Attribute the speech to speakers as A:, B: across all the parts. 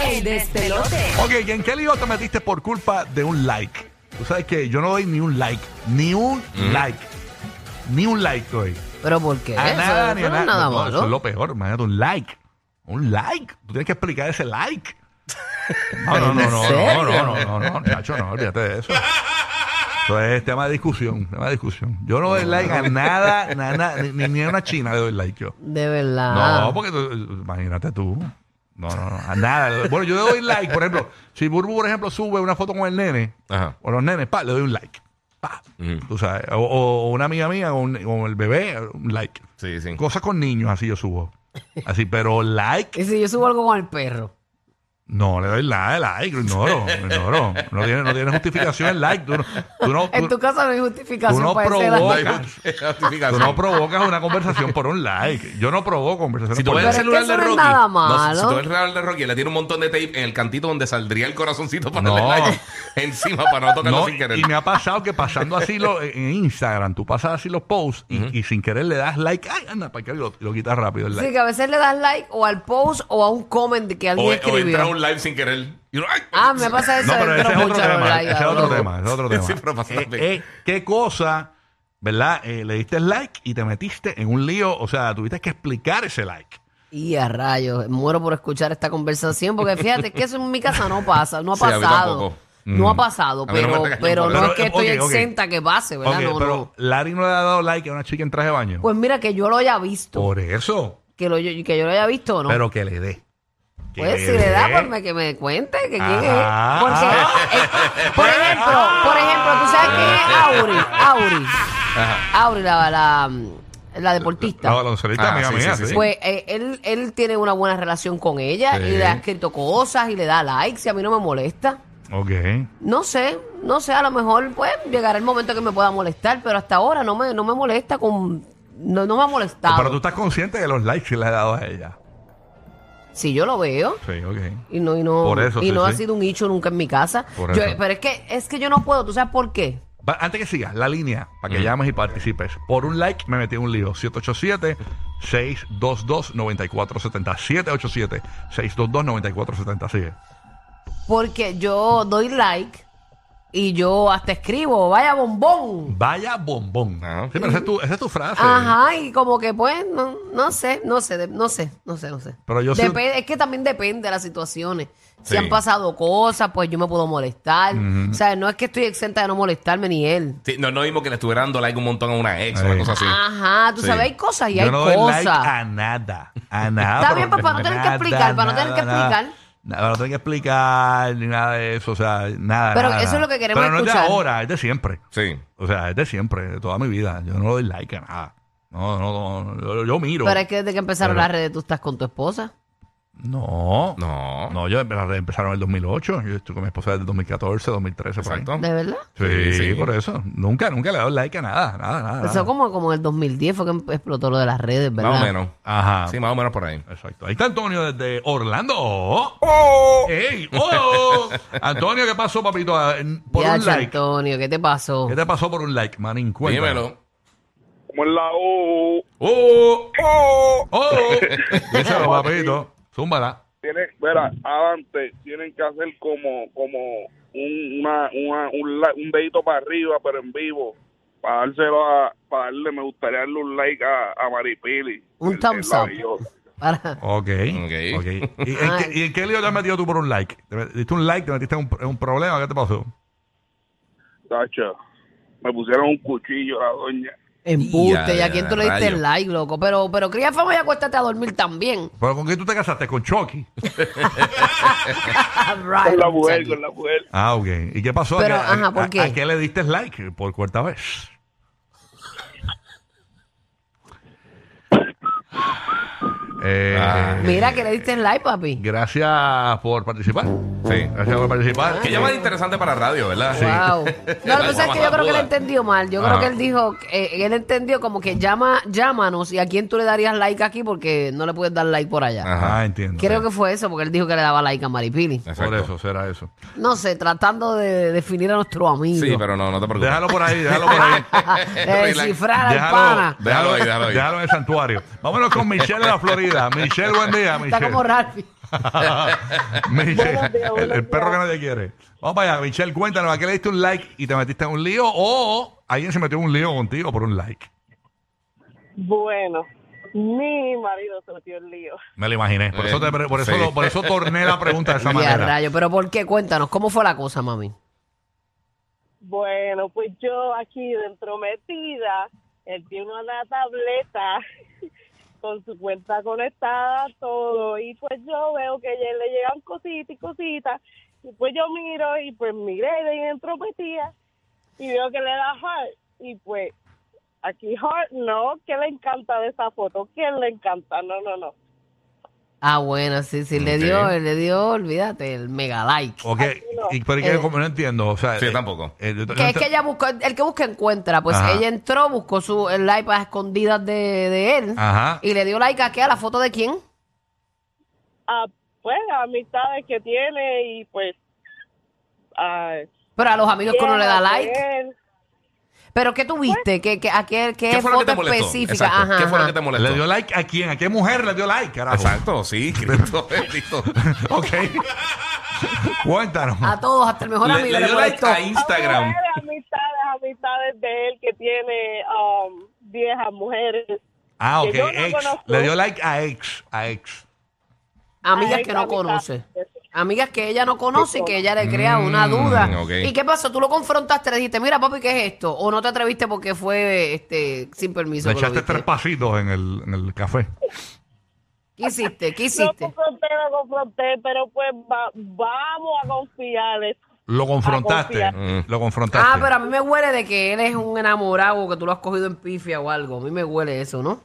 A: El despelote.
B: Ok, ¿y en qué lío te metiste por culpa de un like? Tú sabes que yo no doy ni un like, ni un like, ni un like doy.
C: ¿Pero por qué?
B: A
C: Eso-
B: nada, ni
C: eso
B: a
C: no es
B: nada.
C: nada
B: No, no, Eso es
C: malo.
B: lo peor, imagínate, un like. Un like. Tú tienes que explicar ese like. No, no, no, no, no, no, no, no, no, chacho, no, olvídate de eso. Eso es tema de discusión, tema de discusión. Yo no doy like a nada, nada, ni, ni- ni a una china le doy like yo.
C: De verdad.
B: No, porque tú- imagínate tú. No, no, no, a nada. Bueno, yo le doy like, por ejemplo, si Burbu, por ejemplo, sube una foto con el nene,
D: Ajá.
B: o los nenes, pa, le doy un like. Pa. Tú sabes, o, o una amiga mía con, con el bebé, un like.
D: Sí, sí.
B: Cosas con niños, así yo subo. Así, pero like,
C: Y si yo subo algo con el perro.
B: no le doy nada de like, lo ignoro, lo ignoro. No tiene, no tiene justificación el like. Tú no, tú no,
C: En
B: tú-
C: tu casa no hay
B: tú
C: justificación
B: no
C: para ese
D: No
C: lado.
D: hay
B: provocas. tú
D: justificación.
B: no provocas una conversación por un like. Yo no provoco conversaciones
D: Si tú
B: por
D: ves
C: Pero
D: el
C: es que
D: celular
C: eso
D: de
C: no es
D: Rocky,
C: nada
D: no, si tú
C: malo.
D: ves el celular de Rocky, le tiene un montón de tape en el cantito donde saldría el corazoncito para
B: No.
D: darle like encima para no tocarlo
B: No,
D: sin querer.
B: y me ha pasado que pasando así lo, en Instagram, tú pasas así los posts y, y sin querer le das like, ay, anda, para que lo, lo quitas rápido el
C: Sí,
B: like.
C: que a veces le das like o al post o a un comment que
D: O,
C: alguien
B: e-
D: o entra a
C: escribió.
D: un live sin querer. Y uno, ¡ay!
C: Ah, me pasa eso.
B: no, pero
C: yo
B: ese es otro
C: mucho a los
B: tema,
C: likes,
B: ese es
C: a
B: otro
C: los-
B: tema, ese es otro tema.
D: Sí, pero pasa
B: Eh,
D: también.
B: eh, ¿Qué cosa, verdad? eh, le diste like y te metiste en un lío, o sea, tuviste que explicar ese like.
C: Y a rayos, muero por escuchar esta conversación porque fíjate que eso en mi casa no pasa, no ha
D: Sí, a mí
C: pasado.
D: tampoco.
B: Mm.
C: No ha pasado,
D: A mí no me
C: pero,
D: regañan
C: pero
D: por
C: no
D: eso.
C: es que
B: Pero,
C: estoy
B: ok, ok.
C: exenta que pase, ¿verdad?
B: Ok,
C: no,
B: pero
C: no.
B: Larry no le ha dado like a una chica en traje de baño.
C: Pues mira, que yo lo haya visto.
B: Por eso,
C: Que, lo, que yo lo haya visto o no.
B: pero que le dé. Que
C: Pues si le da,
B: dé.
C: pues me, que me cuente que quién
B: Ajá.
C: es. Porque, eh, por ejemplo, por ejemplo, tú sabes quién es Auri. Auri. Auri, la, la, la deportista.
B: La baloncelista
D: Ah,
B: amiga
D: sí,
B: mía,
D: sí, sí,
B: sí.
D: sí.
C: Pues eh, él, él tiene una buena relación con ella
D: Sí.
C: y le ha escrito cosas y le da likes y a mí no me molesta.
B: Ok.
C: No sé, no sé, a lo mejor pues llegará el momento que me pueda molestar, pero hasta ahora no me, no me molesta con... No, no me ha molestado.
B: Pero tú estás consciente de los likes que le has dado a ella.
C: Si yo lo veo.
B: Sí, ok.
C: Y no, y no,
B: Por eso,
C: y
B: sí,
C: no ha
B: sí.
C: sido un nicho nunca en mi casa.
B: Por
C: Yo-
B: eso.
C: pero es que, es que yo no puedo, ¿tú sabes por qué?
B: Va- Antes que sigas, la línea para que
D: Mm.
B: llames y participes. Por un like me metí en un lío. 787-622-9470. 787-622-9470. Sigue.
C: Porque yo doy like y yo hasta escribo, vaya bombón.
B: Vaya bombón.
D: Ah.
B: Sí, pero esa es tu, esa es tu frase.
C: Ajá, y como que pues, no, no sé, no sé, de- no sé, no sé, no sé.
B: Pero yo sí-
C: Depende- Es que también depende de las situaciones. Si
D: Sí.
C: han pasado cosas, pues yo me puedo molestar. O sea, no es que estoy exenta de no molestarme ni él.
D: Sí, no, no vimos que le estuviera dando like un montón a una ex,
B: Sí.
D: una cosa así.
C: Ah. Ajá, tú
D: Sí.
C: sabes, hay cosas y
B: Yo
C: hay
B: no doy
C: cosas.
B: like a nada. A nada.
C: Está
B: pero
C: bien, pues, para no tener que explicar, para no tener que
B: nada,
C: explicar.
B: nada, para no tener que explicar ni nada de eso. O sea, nada.
C: Pero
B: nada,
C: eso es
B: nada.
C: lo que queremos
B: Pero no es
C: escuchar.
B: de ahora, es de siempre.
D: Sí.
B: O sea, es de siempre, de toda mi vida. Yo no doy like a nada. No, no, no. Yo, yo miro.
C: Pero es que desde que empezaron
B: Pero-
C: las redes tú estás con tu esposa.
B: No.
D: No.
B: No, yo empe- empezaron en el 2008. Yo estoy con mi esposa desde el 2014, 2013, por ahí.
D: Exacto.
C: ¿De verdad?
B: Sí,
D: Sí, sí.
B: por eso. Nunca, nunca le he dado like a nada, nada, nada.
C: Eso
B: nada.
C: como, como en el 2010 fue que em- explotó lo de las redes, ¿verdad?
D: Más o menos.
B: Ajá.
D: Sí, más o menos por ahí.
B: Exacto. Ahí está Antonio desde Orlando. ¡Ey! ¡Oh! Antonio, ¿qué pasó, papito? Ah, en- Por
C: Ya,
B: un like.
C: Antonio, ¿qué te pasó?
B: ¿Qué te pasó por un like, manín? Cuéntame.
D: Dímelo.
E: como es la O,
D: ¡Oh!
B: ¡Oh! Díselo, papito. Zúmbala.
E: tiene, verá, adelante, tienen que hacer como, como un, una, una- un, la- un dedito para arriba, pero en vivo, para dárselo a, para darle, me gustaría darle un like a, a Maripili.
C: Un
E: El-
C: thumbs
E: el
C: up.
E: labioso.
C: Para-
B: Ok.
D: Ok.
B: okay. ¿Y, en
C: Ay.
B: qué, y en qué lío te has metido tú por un like? ¿Te met- ¿Diste un like? ¿Te metiste en un, en un problema? ¿Qué te pasó?
E: Tacho, me pusieron un cuchillo la doña.
C: Embuste, ¿y
D: Ya,
C: a quién tú le
D: rayo.
C: diste el like, loco? Pero, pero cría fama y acuéstate a dormir también.
B: ¿Pero con quién tú te casaste? ¿Con Chucky?
C: Right,
E: Con la mujer,
C: Antonio.
E: con la mujer.
B: Ah, ok. ¿Y qué pasó?
C: Pero,
B: ¿A qué-
C: ajá, ¿por
B: a-
C: qué?
B: ¿A qué le diste like por cuarta vez? Eh,
C: Mira que le diste en like, papi.
B: Gracias por participar.
D: Sí.
B: Gracias por participar.
D: Qué llamada interesante para radio, ¿verdad?
C: Wow. No, lo que pasa es que yo creo que él entendió mal. Yo creo
D: Ajá.
C: que él dijo, eh, él entendió como que llama, llámanos y a quién tú le darías like aquí porque no le puedes dar like por allá.
D: Ajá.
B: Ah, entiendo.
C: Creo que fue eso, porque él dijo que le daba like a Maripili.
B: Por
D: Exacto.
B: eso será eso.
C: No sé, tratando de definir a nuestro amigo.
D: Sí, pero no, no te preocupes.
B: Déjalo por ahí, déjalo por ahí.
C: Eh, descifrar al
B: Déjalo,
C: pana.
D: Déjalo ahí, déjalo ahí.
B: déjalo en el santuario. Vámonos con Michelle de la Florida. Michelle, buen día,
C: Está
B: Michelle.
C: como Ralphie.
B: Michelle, el, el perro que nadie quiere. Vamos para allá, Michelle, cuéntanos, ¿a qué le diste un like y te metiste en un lío? O alguien se metió en un lío contigo por un like.
F: Bueno, mi marido se metió en lío.
B: Me lo imaginé. Por eso, te- por eso,
D: Sí.
B: lo- por eso torné la pregunta de esa
C: Ya,
B: manera.
C: rayo. Pero ¿por qué? Cuéntanos, ¿cómo fue la cosa, mami?
F: Bueno, pues yo aquí dentro metida, él tiene una tableta con su cuenta conectada, todo, y pues yo veo que a él le llegan cositas y cositas, y pues yo miro y pues miré dentro metida y veo que le da heart, y pues aquí heart no, que le encanta de esa foto, que le encanta, no, no, no.
C: Ah, bueno, sí, sí, le
D: Ok.
C: dio, le dio, olvídate, el mega like.
B: Ok, y, pero es que como no entiendo. O sea,
D: Sí,
B: eh,
D: tampoco.
B: eh, yo- yo
C: Eh. Que es
B: ent-
C: que ella buscó, el que busca encuentra. Pues
B: Ajá.
C: ella entró, buscó su el like a escondidas de, de él.
D: Ah.
B: Ajá.
C: Y le dio like a qué, a la foto de quién.
F: Ah, pues amistades que tiene y pues... ah,
C: Pero a los amigos que uno le da like.
F: Él.
C: Pero ¿qué tuviste? ¿Qué, qué, a qué, qué
D: ¿Qué fue lo que
C: foto
D: te molestó?
C: específica?
D: Exacto.
C: Ajá,
D: ¿Qué fue lo
C: ajá.
D: que te molestó?
B: ¿Le dio like a quién? ¿A qué mujer le dio like, carajo?
D: Exacto, sí, Cristo bendito.
B: Ok. Cuéntanos.
C: A todos, hasta el mejor
D: Le,
C: amigo
D: le
C: le,
D: dio like
C: molestó.
D: a Instagram.
F: Mujeres, amistades, amistades de él que tiene um, 10 a mujeres.
B: Ah, ok.
F: que yo no
B: ex.
F: conozco.
B: Le dio like a ex. A ex.
C: Amigas
F: Ay,
C: que no
F: amistades.
C: conoce. Amigas que ella no conoce y que ella le crea una
D: Mm,
C: duda.
D: ok.
C: ¿Y qué pasó? ¿Tú lo confrontaste? Le dijiste, mira, papi, ¿qué es esto? ¿O no te atreviste porque fue este sin permiso?
B: Le
C: que lo
B: echaste
C: viste?
B: tres pasitos en el, en el café.
C: ¿Qué hiciste? ¿Qué
F: No
C: hiciste?
F: confronté, no confronté, pero pues va- vamos a confiarles.
B: Lo confrontaste.
F: confiar.
D: Mm.
B: Lo confrontaste.
C: Ah, pero a mí me huele de que él es un enamorado, que tú lo has cogido en pifia o algo. A mí me huele eso, ¿no?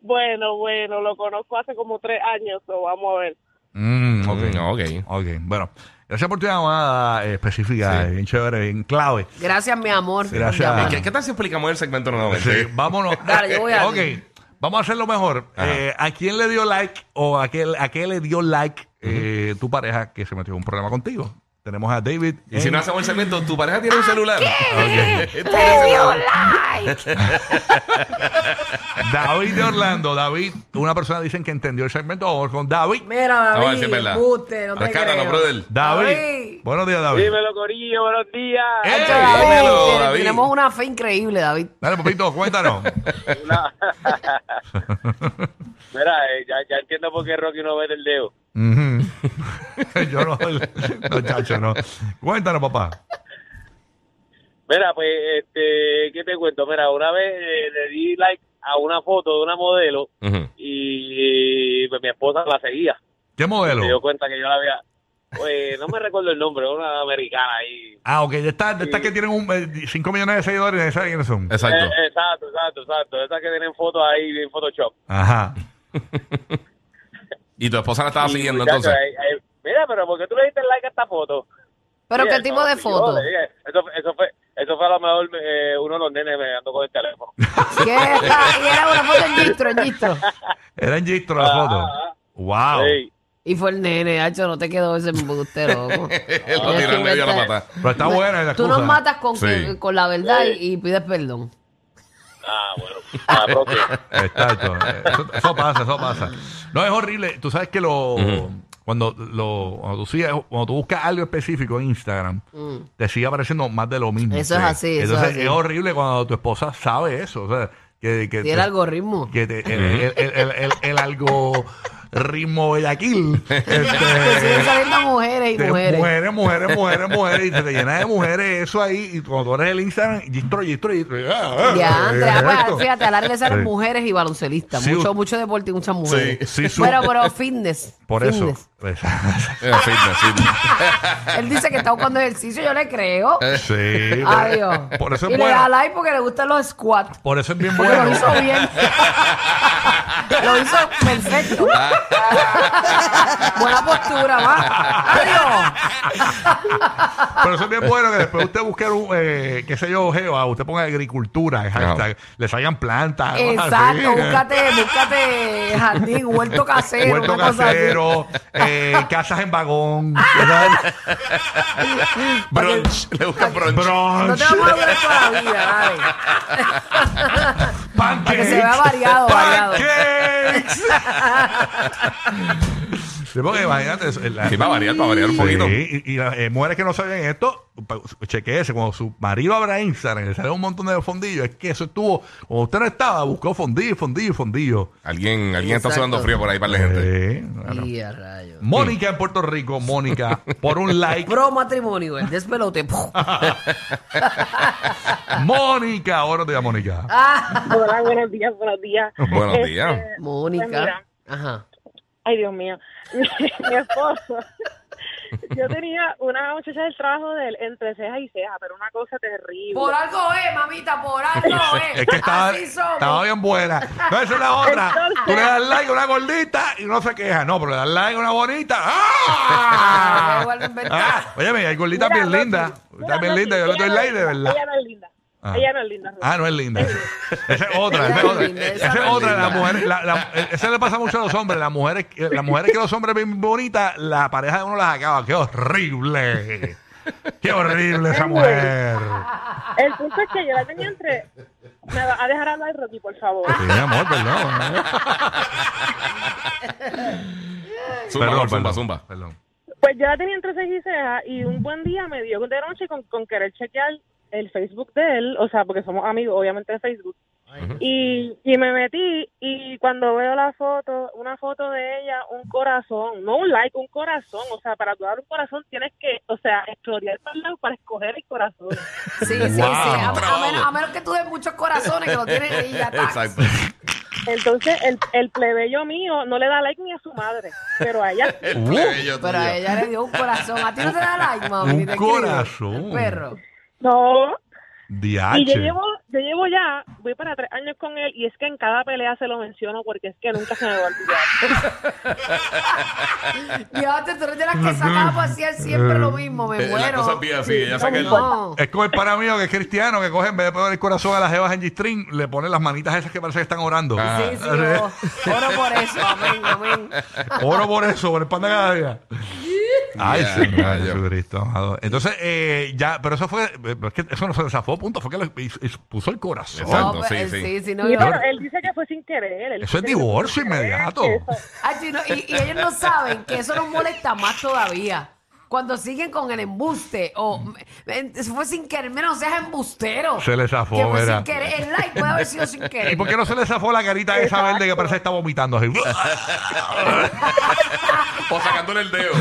F: Bueno, bueno, lo conozco hace como tres años, so vamos a ver.
B: Mm, ok.
D: Mm, ok.
B: Ok. Bueno. Gracias por tu llamada eh, específica, eh, bien chévere, bien clave.
C: Gracias, mi amor. por
B: Gracias.
C: llamar.
D: ¿Y ¿Qué, qué tal si explicamos el segmento
B: Ah. Sí,
D: nuevamente?
B: vámonos.
C: Dale, yo voy a-
B: Ok, vamos a hacerlo mejor.
D: Ajá.
B: Eh, ¿A quién le dio like o a qué, a qué le dio like eh, tu pareja que se metió en un problema contigo? Tenemos a David. Eh,
D: Y si
B: en-
D: no hacemos el segmento, ¿tu pareja tiene un celular? Ok.
C: ¡Te dio like!
B: David de Orlando. David, una persona dicen que entendió el segmento. Vamos con David.
C: Mira,
D: No,
C: David,
D: sí, es verdad.
C: embuste, no te
D: Rescátanos,
C: creo.
D: brother.
B: David.
C: David.
B: Buenos días, David.
E: Dímelo, Corillo, buenos días.
B: ¡Eh!
C: Hacho, David,
D: dímelo,
C: tiene-
D: David.
C: Tenemos una fe increíble, David.
B: Dale, papito, cuéntanos.
E: Mira, eh, ya, ya entiendo por qué Rocky no ve el dedo.
B: Ujú. Yo no, no, chacho, no. Cuéntanos, papá.
E: Mira, pues, este, ¿qué te cuento? Mira, una vez eh, le di like a una foto de una modelo
D: Ujú.
E: y pues, mi esposa la seguía.
B: ¿Qué
E: Se dio
B: modelo?
E: cuenta que yo la había... Pues, no me recuerdo el nombre, una americana ahí.
B: Ah, ok, de estas de estas que tienen 5 millones de seguidores, ¿de esas quiénes son?
D: Exacto.
E: Eh, exacto, exacto, exacto. Esas que tienen fotos ahí en Photoshop.
B: Ajá.
D: Y tu esposa la estaba
E: Y,
D: siguiendo
E: muchacho,
D: entonces.
E: ahí- ahí- mira, pero ¿por qué tú le diste like a esta foto?
C: ¿Pero
E: Sí,
C: qué
E: eso,
C: tipo de
E: yo
C: foto?
E: le dije, Eso, eso, fue, eso fue a lo mejor eh, uno de los nenes me andó con el teléfono.
C: ¿Qué? Y era una foto en gistro, en gistro.
B: Era en Gistro la foto. Wow.
E: Ah,
D: Ah.
E: Sí.
C: Y fue el nene, Hacho, no te quedó ese embuste, loco.
D: Lo tiró en medio de la pata.
B: Pero está buena la
C: Tú
B: excusa.
C: nos matas con, que-
D: Sí.
C: con la verdad y, y pides perdón.
E: Ah, bueno. Ah, pero ok.
B: Exacto. Eso, eso pasa, eso pasa. No, es horrible. Tú sabes que lo... Cuando, lo, cuando, tú sigues- cuando tú buscas algo específico en Instagram,
C: Mm.
B: te sigue apareciendo más de lo mismo.
C: Eso es así, eso es
B: Entonces
C: así.
B: es horrible cuando tu esposa sabe eso. O sea, que, que
C: Si el algoritmo.
B: que te- el, el, el, el, el, el algoritmo bellaquil.
C: Que
B: Este,
C: siguen saliendo mujeres y
B: de
C: mujeres.
B: mujeres, mujeres, mujeres, mujeres, y te, te llenas de mujeres eso ahí, y cuando tú eres el Instagram, gistro, gistro, ah, gistro.
C: Ya, Andrea,
B: Esto.
C: pues, fíjate, a Larry le salen
B: Este. Sí.
C: mujeres y baloncelistas.
B: Sí,
C: mucho,
B: u-
C: mucho deporte y muchas mujeres.
B: Sí, sí, su-
C: Bueno, pero fitness.
B: Por eso.
C: fitness.
D: Eh, fitness, fitness.
C: Él dice que está buscando ejercicio, yo le creo.
B: sí. por-
C: Adiós.
B: Por eso
C: y
B: es
C: le da
B: bueno.
C: like porque le gustan los squats.
B: Por eso es bien
C: Porque
B: bueno.
C: lo hizo bien. Lo hizo perfecto. Buena postura, va. Adiós.
B: Pero eso es bien bueno que después usted busque un, eh, qué sé yo, Geo, usted ponga agricultura, hashtag, le salgan plantas. cosas así,
C: Exacto,
B: que-
C: búscate, búscate jardín, huerto casero,
B: Huerto
C: una cosa así.
B: casero, eh, casas en vagón,
D: brunch. Le buscan brunch.
C: No
B: brunch,
C: te vamos a durar toda la vida, dale. Para que se vea
B: pancakes.
C: variado, variado.
B: Pancakes. Sí, porque imagínate, eso, la-
D: Sí, para variar, para variar un poquito.
B: Sí, y, y las eh, mujeres que no saben esto, chequeese, cuando su marido abra Instagram, le sale un montón de fondillos, es que eso estuvo, cuando usted no estaba, buscó fondillo, fondillo, fondillo.
D: Alguien, alguien está
C: Exacto.
D: sudando frío por ahí para la gente.
B: Sí, claro.
C: Y a rayos.
B: Mónica en Puerto Rico, Mónica, por un like.
C: Pro matrimonio, el despelote. ¡pum!
B: Mónica, ahora te digo Mónica.
F: Hola, buenos días, buenos días.
D: Buenos
F: Este,
D: días.
F: pues mira,
C: Mónica. Ajá.
F: Ay, Dios mío. Mi esposo. Yo tenía una muchacha del trabajo de él entre ceja y ceja, pero una cosa terrible.
C: Por algo es, mamita, por algo es.
B: Es que estaba,
C: Así somos.
B: estaba bien buena. No, esa es la otra.
F: Entonces-
B: Tú le das like a una gordita y no se queja. No, pero le das like a una bonita. ¡Ah!
C: Me vuelvo a inventar.
B: Ah, Oye, mira, hay gorditas
F: Mira,
B: bien
F: Rocky,
B: linda.
F: mira,
B: Está bien
F: Rocky,
B: linda. Yo le
F: ella
B: doy
F: no es
B: like de
F: linda,
B: verdad.
F: Ella no es linda.
B: Ah.
F: Ella no es linda. Rocky.
B: Ah, no es linda. Esa es otra. Esa es
C: Esa es
B: otra.
C: linda,
B: Esa
C: esa
B: es
C: es
B: otra.
C: linda.
B: Las mujeres- la- la- eh, Esa le pasa mucho a los hombres. Las mujeres, eh, las mujeres que los hombres ven bonitas, la pareja de uno las acaba. ¡Qué horrible! ¡Qué horrible esa mujer!
F: El punto es Pues que yo la tenía entre. Me va a dejar hablar, Rocky, por favor.
B: Sí, mi amor, perdón.
C: Este-
D: Zumba,
B: Perdón,
D: amor, zumba,
B: perdón,
D: zumba.
B: Perdón.
F: Pues yo la tenía entre ceja y ceja y un buen día me dio de noche con, con querer chequear el Facebook de él, o sea, porque somos amigos, obviamente, de Facebook. Y, y me metí y cuando veo la foto, una foto de ella, un corazón, no un like, un corazón, o sea, para tú dar un corazón tienes que, o sea, explorar para el lado para escoger el corazón.
C: Sí, sí, sí.
B: Wow.
C: A, a menos, a menos que tú des muchos corazones que lo tienes y ya está.
D: Exacto.
F: Entonces el, el plebeyo mío no le da like ni a su madre, pero a ella sí.
D: El
B: Uh.
D: plebeyo
C: Pero a
D: tuyo.
C: ella le dio un corazón. A ti no te da like, mami.
B: Un
C: ni te escribe.
B: corazón.
C: El perro.
F: no.
B: DH.
F: Y yo llevo, yo llevo ya, voy para tres años con él y es que en cada pelea se lo menciono porque es que nunca se me va a olvidar.
C: Y antes tú eres de las que sacaba para hacer siempre lo mismo. Me
D: Eh,
C: muero.
D: La cosa pide así. Ella saca el.
C: No.
B: Es como el pana mío que es cristiano, que coge en vez de poner el corazón a las jevas en G-String, le pone las manitas esas que parece que están orando.
D: Ah.
C: Sí, sí, oro, oro por eso. Amén, amén.
B: Oro por eso, por el pan de cada día. Ay,
D: Ya,
B: Señor
D: ya.
B: Jesucristo, amado. Entonces, eh, ya, pero eso fue, eh, es que eso no se desafó, punto, fue que lo- y- y puso el corazón.
D: Exacto,
C: No,
D: sí,
C: eh,
D: sí.
C: sí, sí, no,
F: Sí,
C: yo-
F: pero él dice que fue sin querer. él
B: Eso es
F: dice que fue
B: divorcio
F: sin querer,
B: inmediato.
F: que eso-
C: Ay, sí, no, y, y ellos no saben que eso nos molesta más todavía. Cuando siguen con el embuste o "Me- me- fue sin querer, menos seas embustero.
B: Se les zafó,
C: Que fue
B: ¿verdad?
C: sin querer, el like puede haber sido sin querer.
B: ¿Y por qué no se le zafó la carita esa verde que parece que está vomitando? Así.
D: O sacándole el dedo.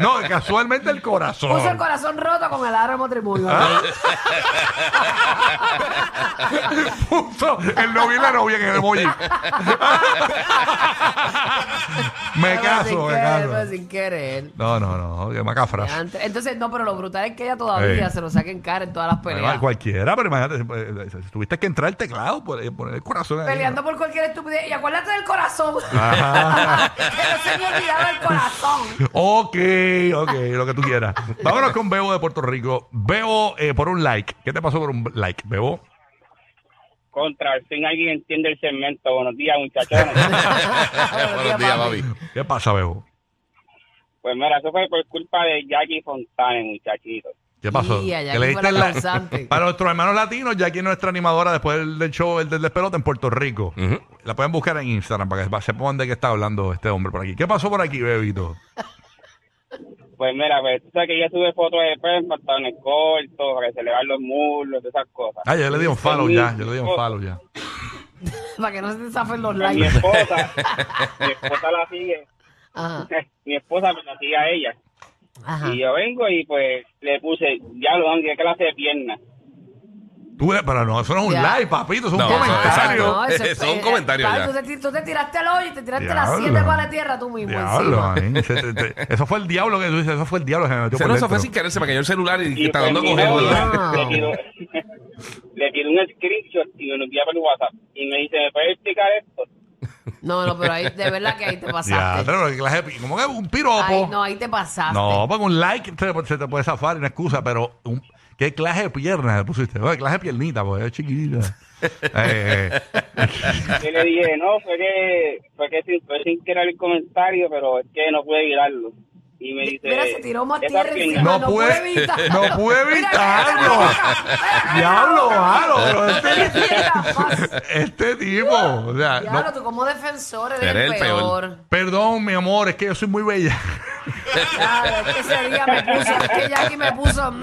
B: no, casualmente el corazón.
C: Puso el corazón roto con el aro de matrimonio.
B: Puso el novio y la novia en el emoji. me
C: Fue
B: caso,
C: sin
B: me
C: querer, fue
B: caso.
C: sin querer.
B: No, no, no, que macafras.
C: Antes- Entonces, no, pero lo brutal es que ella todavía
B: Ey.
C: se lo saca en cara en todas las peleas.
B: Además, cualquiera, pero imagínate, eh, eh, tuviste que entrar el teclado, por- eh, poner el corazón ahí.
C: Peleando por cualquier estupidez. Y acuérdate del corazón.
B: Ajá.
C: que no se me olvidaba el corazón.
B: Ok, ok, lo que tú quieras. Vámonos con Bebo de Puerto Rico. Bebo eh, por un like. ¿Qué te pasó por un like, Bebo?
G: Contra, al fin alguien entiende el segmento. Buenos días, muchachones.
D: Buenos días,
C: papi.
D: papi.
B: ¿Qué pasa, Bebo?
G: pues mira, eso fue por culpa de Jackie Fontane, muchachito.
B: ¿Qué pasó?
C: Ya, ya
B: ¿Que
C: que
B: le
C: fuera
B: diste like?
C: causante.
B: Para nuestros hermanos latinos, ya aquí nuestra animadora después del, del show, el del despelote en Puerto Rico.
D: Ujú.
B: La pueden buscar en Instagram para que sepan de qué está hablando este hombre por aquí. ¿Qué pasó por aquí, Bebito?
G: Pues mira, pues tú sabes que yo sube fotos de pez, pantalones cortos, para que se le van los muslos, todas esas cosas.
B: Ah, yo le di un
D: Este
B: follow ya, yo le di un
G: Oh.
B: follow ya.
C: Para que no se te zafen los
G: Mi
C: likes.
G: esposa, mi esposa la sigue,
C: Ajá,
G: mi esposa me la sigue a ella.
C: ajá.
G: Y yo vengo y pues le puse, ya lo dan, qué clase de pierna.
B: Tú, eh, pero no, eso no es un
C: Ya.
B: like, papito, eso es
D: No,
B: un
D: eso-
B: comentario.
D: exacto. Eso es un comentario
C: Ay,
D: ya.
C: Tú, te, ti- tú te tiraste el hoyo y te tiraste las
B: Diablo.
C: siete para la tierra tú
D: pues
C: mismo.
B: Diablo,
C: encima.
B: manín. Se- te- te- eso fue el diablo que tú dices, eso fue el diablo que me metió
D: Se
B: por
D: no, eso
B: dentro.
D: fue sin querer, se me cayó el celular y, y está
G: pues,
D: dando a
G: mi
D: cogerlo.
G: novia
C: Wow.
G: Le tiró, le tiró un screenshot y me lo envía por WhatsApp. Y me dice, ¿me puedes explicar esto?
C: No, no, pero ahí, de verdad que ahí te
B: Ya,
C: pasaste.
B: pero qué clase de pi- ¿Cómo que un piropo?
C: Ay, no, ahí te pasaste.
B: No, porque un like se, se te puede zafar, una excusa, pero un, ¿qué clase de piernas le pusiste? Bueno, clase de piernita, porque es chiquitita. Eh, eh,
G: Yo le dije, no, fue que, fue que sin, fue sin querer el comentario, pero es que no pude girarlo. Y me dice,
C: Mira, se tiró más
G: "Esa
C: tierra
G: pierna".
C: encima.
B: no,
C: Ah, no
B: pude,
C: pude evitar.
B: no pude
C: Mira,
B: evitarlo. Diablo, mano, pero
C: Qué
B: este,
C: mierda, más.
B: este tipo. o sea, no-
C: Diablo, tú como defensor eres,
D: Eres
C: el
D: el
C: peor.
D: peor.
B: perdón, mi amor, es que yo soy muy bella.
C: Diablo, es que ese día me puso, es que Jackie me puso.